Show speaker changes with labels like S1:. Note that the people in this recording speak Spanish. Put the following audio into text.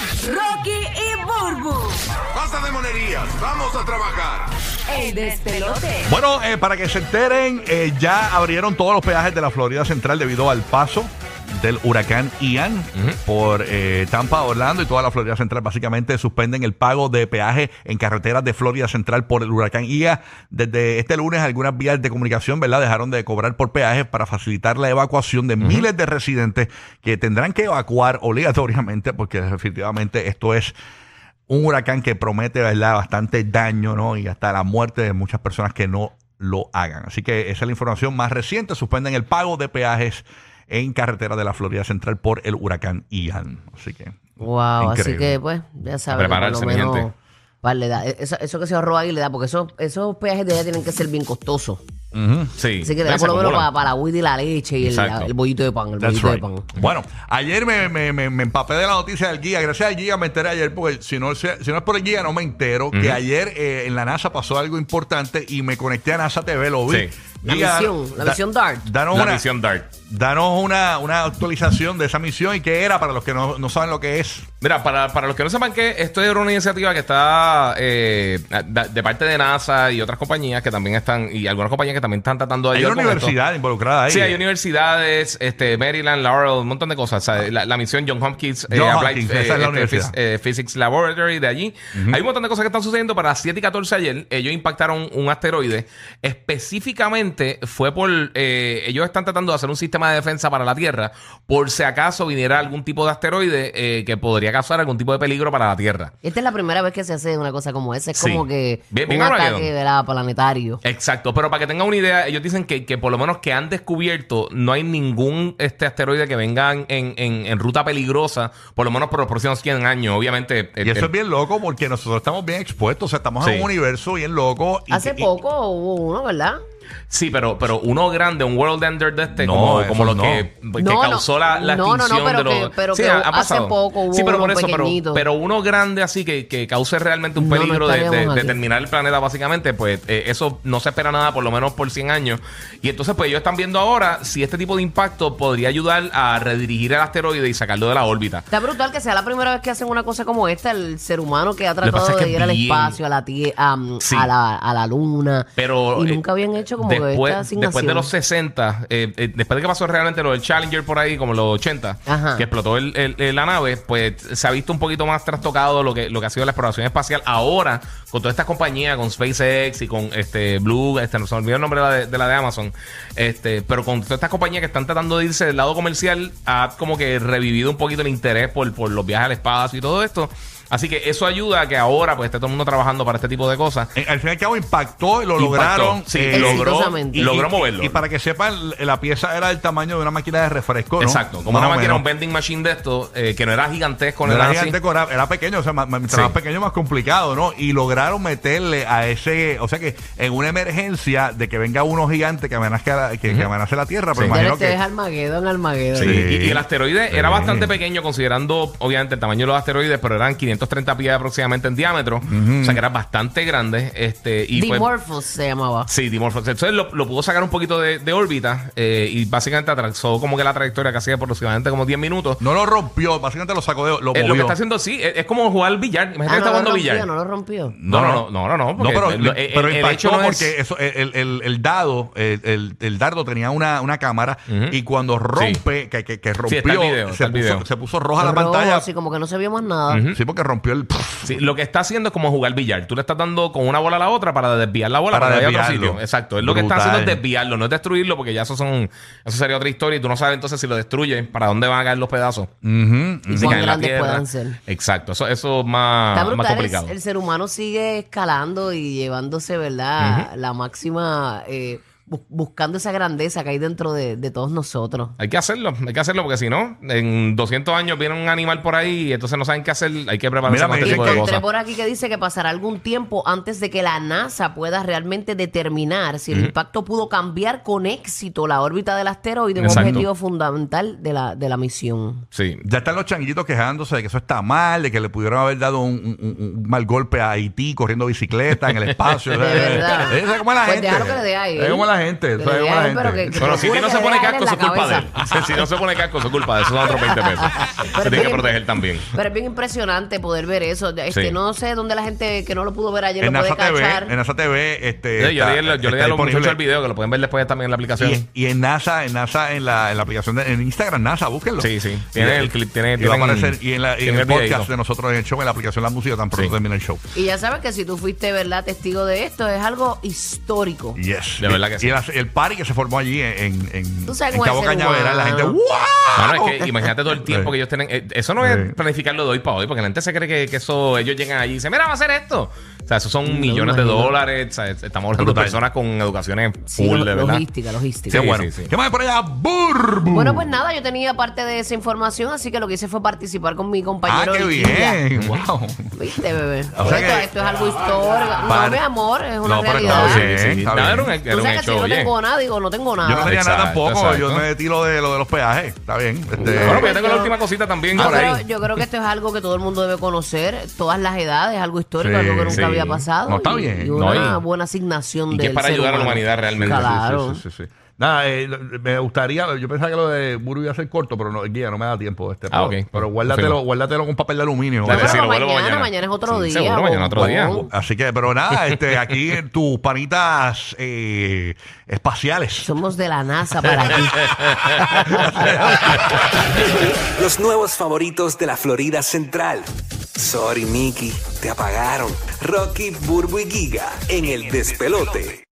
S1: Rocky y Burbu.
S2: Basta de monerías, vamos a trabajar.
S1: El despelote.
S3: Bueno, eh, para que se enteren, eh, ya abrieron todos los peajes de la Florida Central debido al paso del huracán Ian por eh, Tampa, Orlando y toda la Florida Central. Básicamente suspenden el pago de peaje en carreteras de Florida Central por el huracán Ian. Desde este lunes algunas vías de comunicación, ¿verdad? Dejaron de cobrar por peajes para facilitar la evacuación de miles de residentes que tendrán que evacuar obligatoriamente porque definitivamente esto es un huracán que promete ¿verdad? bastante daño ¿no? y hasta la muerte de muchas personas que no lo hagan. Así que esa es la información más reciente. Suspenden el pago de peajes en carretera de la Florida Central por el huracán Ian. Así que.
S4: Wow, así
S3: increíble.
S4: que pues, ya saben,
S5: prepararse, mi gente.
S4: vale, da, e, eso, eso que se ahorró ahí le da, porque esos, esos peajes de allá tienen que ser bien costosos.
S5: Sí.
S4: Así que le da
S5: Se
S4: por lo menos para,
S5: acumulan.
S4: para la weed y la leche y el,
S5: Exacto.
S4: el bollito de pan, el
S3: That's
S4: bollito
S3: right.
S4: de pan.
S3: Bueno, ayer me, me- me- me empapé de la noticia del guía. Gracias al guía me enteré ayer, porque si no, se- si no es por el guía no me entero que ayer eh, en la NASA pasó algo importante y me conecté a NASA TV, lo vi.
S5: Sí.
S4: La
S3: Guía,
S4: misión, la
S3: da-
S4: misión DART.
S3: Danos
S5: La
S3: una-
S5: misión Dark.
S3: Danos una, una actualización de esa misión y qué era para los que no, no saben lo que es.
S5: Mira, para, para los que no sepan que esto era una iniciativa que está eh, da- de parte de NASA y otras compañías que también están, y algunas compañías que también están tratando de
S3: Hay
S5: ayudar
S3: una
S5: con esto.
S3: universidad involucrada ahí.
S5: Sí, hay universidades, este, Maryland, Laurel, un montón de cosas. O sea, la, la misión John Hopkins,
S3: John Hopkins, esa es la
S5: este,
S3: universidad.
S5: Phys- eh, Physics Laboratory de allí. Hay un montón de cosas que están sucediendo. Para 7 y 14 ayer, ellos impactaron un asteroide. Específicamente fue por... eh, ellos están tratando de hacer un sistema de defensa para la Tierra por si acaso viniera algún tipo de asteroide eh, que podría causar algún tipo de peligro para la Tierra.
S4: Esta es la primera vez que se hace una cosa como esa. Es
S5: Sí.
S4: como que
S5: Bien- bien Eh,
S4: un
S5: Armageddon.
S4: ataque de la planetario.
S5: Exacto, pero para que tengan una idea, ellos dicen que, que por lo menos que han descubierto no hay ningún este asteroide que venga en, en- en ruta peligrosa, por lo menos por los próximos 100 años, obviamente. el-
S3: Y eso
S5: el-
S3: es bien loco porque nosotros estamos bien expuestos. O sea, estamos en
S5: Sí.
S3: un universo bien loco. y-
S4: Hace
S3: y-
S4: poco hubo uno, ¿verdad?
S5: Sí, pero, pero uno grande, un World Ender de este,
S3: No,
S5: como,
S3: eso
S5: como lo
S3: no.
S5: que, pues, que
S4: No, no.
S5: causó la, la
S4: No, no, no,
S5: extinción
S4: pero
S5: de los...
S4: que- pero
S5: sí,
S4: que
S5: ha- ha
S4: hace
S5: pasado.
S4: poco hubo
S5: Sí, pero por
S4: unos
S5: eso, pero,
S4: pequeñitos.
S5: pero uno grande así que, que cause realmente un
S4: No, no
S5: peligro de, de-
S4: estaríamos
S5: de
S4: aquí.
S5: terminar el planeta, básicamente, pues eh, eso no se espera nada, por lo menos por 100 años. Y entonces, pues ellos están viendo ahora si este tipo de impacto podría ayudar a redirigir el asteroide y sacarlo de la órbita.
S4: Está brutal que sea la primera vez que hacen una cosa como esta, el ser humano que ha
S5: que pasa
S4: tratado
S5: es que
S4: de ir al
S5: bien-
S4: espacio, a la tierra,
S5: Sí.
S4: a, la, a la luna.
S5: Pero,
S4: y
S5: eh,
S4: nunca habían hecho como que
S5: después,
S4: esta asignación.
S5: después de los 60, eh, eh, después de que pasó realmente lo del Challenger por ahí, como los 80,
S4: Ajá.
S5: que explotó el- el- el- la nave, pues se ha visto un poquito más trastocado lo que, lo que ha sido la exploración espacial. Ahora, con todas estas compañías, con SpaceX y con este Blue, este, no se me olvidó el nombre de la de, de la de Amazon, este, pero con todas estas compañías que están tratando de irse del lado comercial, ha como que revivido un poquito el interés por, por los viajes al espacio y todo esto. Así que eso ayuda a que ahora pues esté todo el mundo trabajando para este tipo de cosas.
S3: Eh, al fin y al cabo impactó, lo
S5: Impactó.
S3: lograron.
S5: Sí,
S3: eh,
S5: logró,
S4: exitosamente.
S3: y-
S5: logró
S3: y-
S5: moverlo.
S3: Y para que sepan, la pieza era del tamaño de una máquina de refresco. ¿no?
S5: Exacto, como
S3: Más
S5: una
S3: o
S5: máquina,
S3: menos.
S5: un vending machine de esto, eh, que no era gigantesco, no
S3: No
S5: era,
S3: era,
S5: así.
S3: gigante, era- era pequeño, o sea, ma- ma- mientras
S5: Sí.
S3: más pequeño, más complicado, ¿no? Y lograron meterle a ese, o sea que en una emergencia de que venga uno gigante que amenace, a la, que, que amenace la Tierra, pero
S5: Sí.
S4: Ya
S3: imagino
S4: este
S3: que...
S4: es Armageddon, Armageddon.
S5: Sí,
S3: Sí.
S5: Y, y el asteroide era
S3: Sí.
S5: bastante pequeño, considerando obviamente el tamaño de los asteroides, pero eran 530 pies aproximadamente en diámetro, o sea que era bastante grande. Este, y pues-
S4: Dimorphos se llamaba.
S5: Sí, Dimorphos. Entonces lo, lo pudo sacar un poquito de, de órbita eh, y básicamente atrasó como que la trayectoria que hacía por aproximadamente como 10 minutos.
S3: No lo rompió, básicamente lo sacó de... Lo,
S5: Eh,
S3: movió.
S5: lo que está haciendo, sí, es, es como jugar billar. Imagínate que está
S4: Ah, no, lo
S5: jugando
S4: rompió,
S5: billar.
S4: no lo rompió.
S5: No, no, no, no, no, no, porque
S3: pero,
S5: lo- el-
S3: pero
S5: el- el
S3: impactó
S5: hecho no es-
S3: porque eso, el, el- el dado, el, el- el dardo tenía una, una cámara y cuando rompe, que, que, que
S5: Sí, está el
S3: rompió,
S5: video, está
S3: se,
S5: el video.
S3: puso, se puso roja la
S4: Rojo,
S3: pantalla.
S4: Así como que no se vio más nada.
S3: Sí, porque rompió el...
S5: Sí, lo que está haciendo es como jugar billar. Tú le estás dando con una bola a la otra para desviar la bola
S3: Para
S5: para, que vaya a otro
S3: desviarlo.
S5: sitio. Exacto. Es lo que está
S3: Brutal.
S5: haciendo es desviarlo, no es destruirlo, porque ya eso son, eso sería otra historia y tú no sabes entonces si lo destruyes, para dónde van a caer los pedazos.
S3: Mm, Ujú.
S4: Y
S5: Si
S4: mm. cuán
S5: caen en la
S4: grandes
S5: tierra.
S4: puedan ser.
S5: Exacto. Eso, eso es
S4: Está
S5: más, más
S4: brutal,
S5: complicado.
S4: el, el ser humano sigue escalando y llevándose, ¿verdad? La máxima, eh, bu- buscando esa grandeza que hay dentro de, de todos nosotros.
S5: Hay que hacerlo, hay que hacerlo porque si no, en 200 años viene un animal por ahí y entonces no saben qué hacer, hay que prepararse
S3: Mira,
S5: para
S3: me
S5: este
S3: dicen
S5: tipo de
S3: que-
S4: Encontré
S5: cosas.
S4: por aquí que dice que pasará algún tiempo antes de que la NASA pueda realmente determinar si el impacto pudo cambiar con éxito la órbita del asteroide, un
S5: Exacto.
S4: objetivo fundamental de la, de la misión.
S5: Sí.
S3: Ya están los changuitos quejándose de que eso está mal, de que le pudieron haber dado un, un- un- un mal golpe a Haití corriendo bicicleta en el espacio.
S4: De verdad.
S3: Es como la
S4: Pues
S3: gente.
S4: déjalo que le dé a él.
S3: Es como la gente.
S4: Pero
S3: eso es
S4: ya,
S3: buena
S4: pero
S3: gente.
S4: que-
S5: Bueno, si,
S4: Juro
S5: no
S4: que
S5: se
S4: le
S5: pone
S4: regalen
S5: casco,
S4: la
S5: eso es culpa de él.
S4: cabeza.
S5: Si, si no se pone casco, eso es culpa de él. Eso son otros 20 pesos.
S4: Pero
S5: Se tiene que
S4: bien-
S5: proteger también.
S4: Pero es bien impresionante poder ver eso. Este,
S5: Sí.
S4: No sé dónde la gente que no lo pudo ver ayer
S3: En
S4: lo puede
S3: NASA TV,
S4: cachar.
S3: en NASA TV, este.
S5: Sí, yo
S3: está-
S5: le di, yo le di
S3: está
S5: a los muchachos
S3: disponible.
S5: el video, que lo pueden ver después también en la aplicación.
S3: Y, y en NASA, en NASA, en la, en la aplicación, de- en Instagram, NASA, búsquenlo.
S5: Sí, sí. Tiene
S3: Y-
S5: el clip, tiene-
S3: y va a
S5: tienen-
S3: aparecer, y en, la, y en
S5: tiene
S3: el
S5: el videíto.
S3: podcast de nosotros en el show, en la aplicación La Música, tan pronto
S5: Sí.
S3: termina el show.
S4: Y ya sabes que si tú fuiste, ¿verdad?, testigo de esto, es algo histórico.
S3: Yes.
S5: De verdad que
S3: Y-
S5: sí.
S3: Y las- el party que se formó allí en, en,
S4: Tú sabes
S3: en
S4: cómo es
S3: Cabo
S4: el ser
S3: Cañaveral, la gente,
S4: humano.
S3: ¡wow!
S5: Claro, es que imagínate todo el tiempo
S3: ¡Ah, Sí.
S5: que ellos tienen. eh, Eso no es
S3: Sí.
S5: planificarlo de hoy para hoy, porque la gente se cree que, que eso ellos llegan allí y dicen, mira, va a hacer esto. O sea, esos son millones de dólares. o sea, estamos hablando de
S3: Brutal.
S5: personas con educaciones
S4: Sí,
S5: full,
S4: lo-
S5: de verdad.
S4: logística, logística.
S5: Sí,
S3: Qué bueno.
S5: sí, sí.
S3: ¿Qué más hay por allá? ¡Burbu!
S4: Bueno, pues nada, yo tenía parte de esa información, así que lo que hice fue participar con mi
S3: Ah,
S4: compañero.
S3: qué
S4: Liquilla.
S3: bien. ¡Wow!
S4: ¿Viste, bebé?
S3: O sea
S4: esto,
S3: que-
S4: esto es algo histórico. No,
S3: Par-
S4: mi amor, es una
S3: No, pero está
S4: realidad.
S5: Sí,
S3: bien,
S5: sí, sí.
S3: está
S5: No,
S3: bien.
S5: era un, era
S4: Tú sabes
S5: un
S4: que si
S5: hecho,
S4: yo no
S5: oye.
S4: tengo nada, digo, no tengo
S3: Yo no
S4: nada.
S3: tenía nada
S5: Exacto,
S3: tampoco. Yo
S5: exacto.
S3: me tiro de lo de los peajes. Está bien. Este,
S5: Bueno, pues yo tengo la
S4: Yo-
S5: última cosita también
S4: Yo
S5: por
S4: creo,
S5: ahí.
S4: Ah, yo creo que esto es algo que todo el mundo debe conocer, todas las edades, algo histórico,
S3: Sí,
S4: algo que nunca
S5: sí.
S4: había pasado.
S3: No, está
S4: y-
S3: bien.
S4: Y
S3: No,
S4: una
S5: y-
S4: buena asignación
S5: y que
S4: de
S5: es para ayudar a la humanidad realmente. Sí, sí,
S4: Claro.
S3: Sí, sí, sí, sí. Nada, eh, me gustaría, yo pensaba que lo de Buru iba a ser corto, pero no, guía, no me da tiempo este.
S5: Ah,
S3: pero,
S5: ok.
S3: pero guárdatelo,
S5: Perfecto.
S3: guárdatelo con papel de aluminio.
S5: Claro,
S3: ¿vale?
S5: sí,
S4: Bueno,
S5: lo vuelvo
S4: mañana,
S5: mañana.
S4: mañana es otro
S5: Sí,
S4: día.
S5: seguro, mañana otro día.
S4: bombón.
S3: Así que, pero nada, este, aquí tus panitas eh, espaciales.
S4: Somos de la NASA para ti.
S6: Los nuevos favoritos de la Florida Central. Sorry, Mickey, te apagaron. Rocky, Burbu y Giga en el despelote.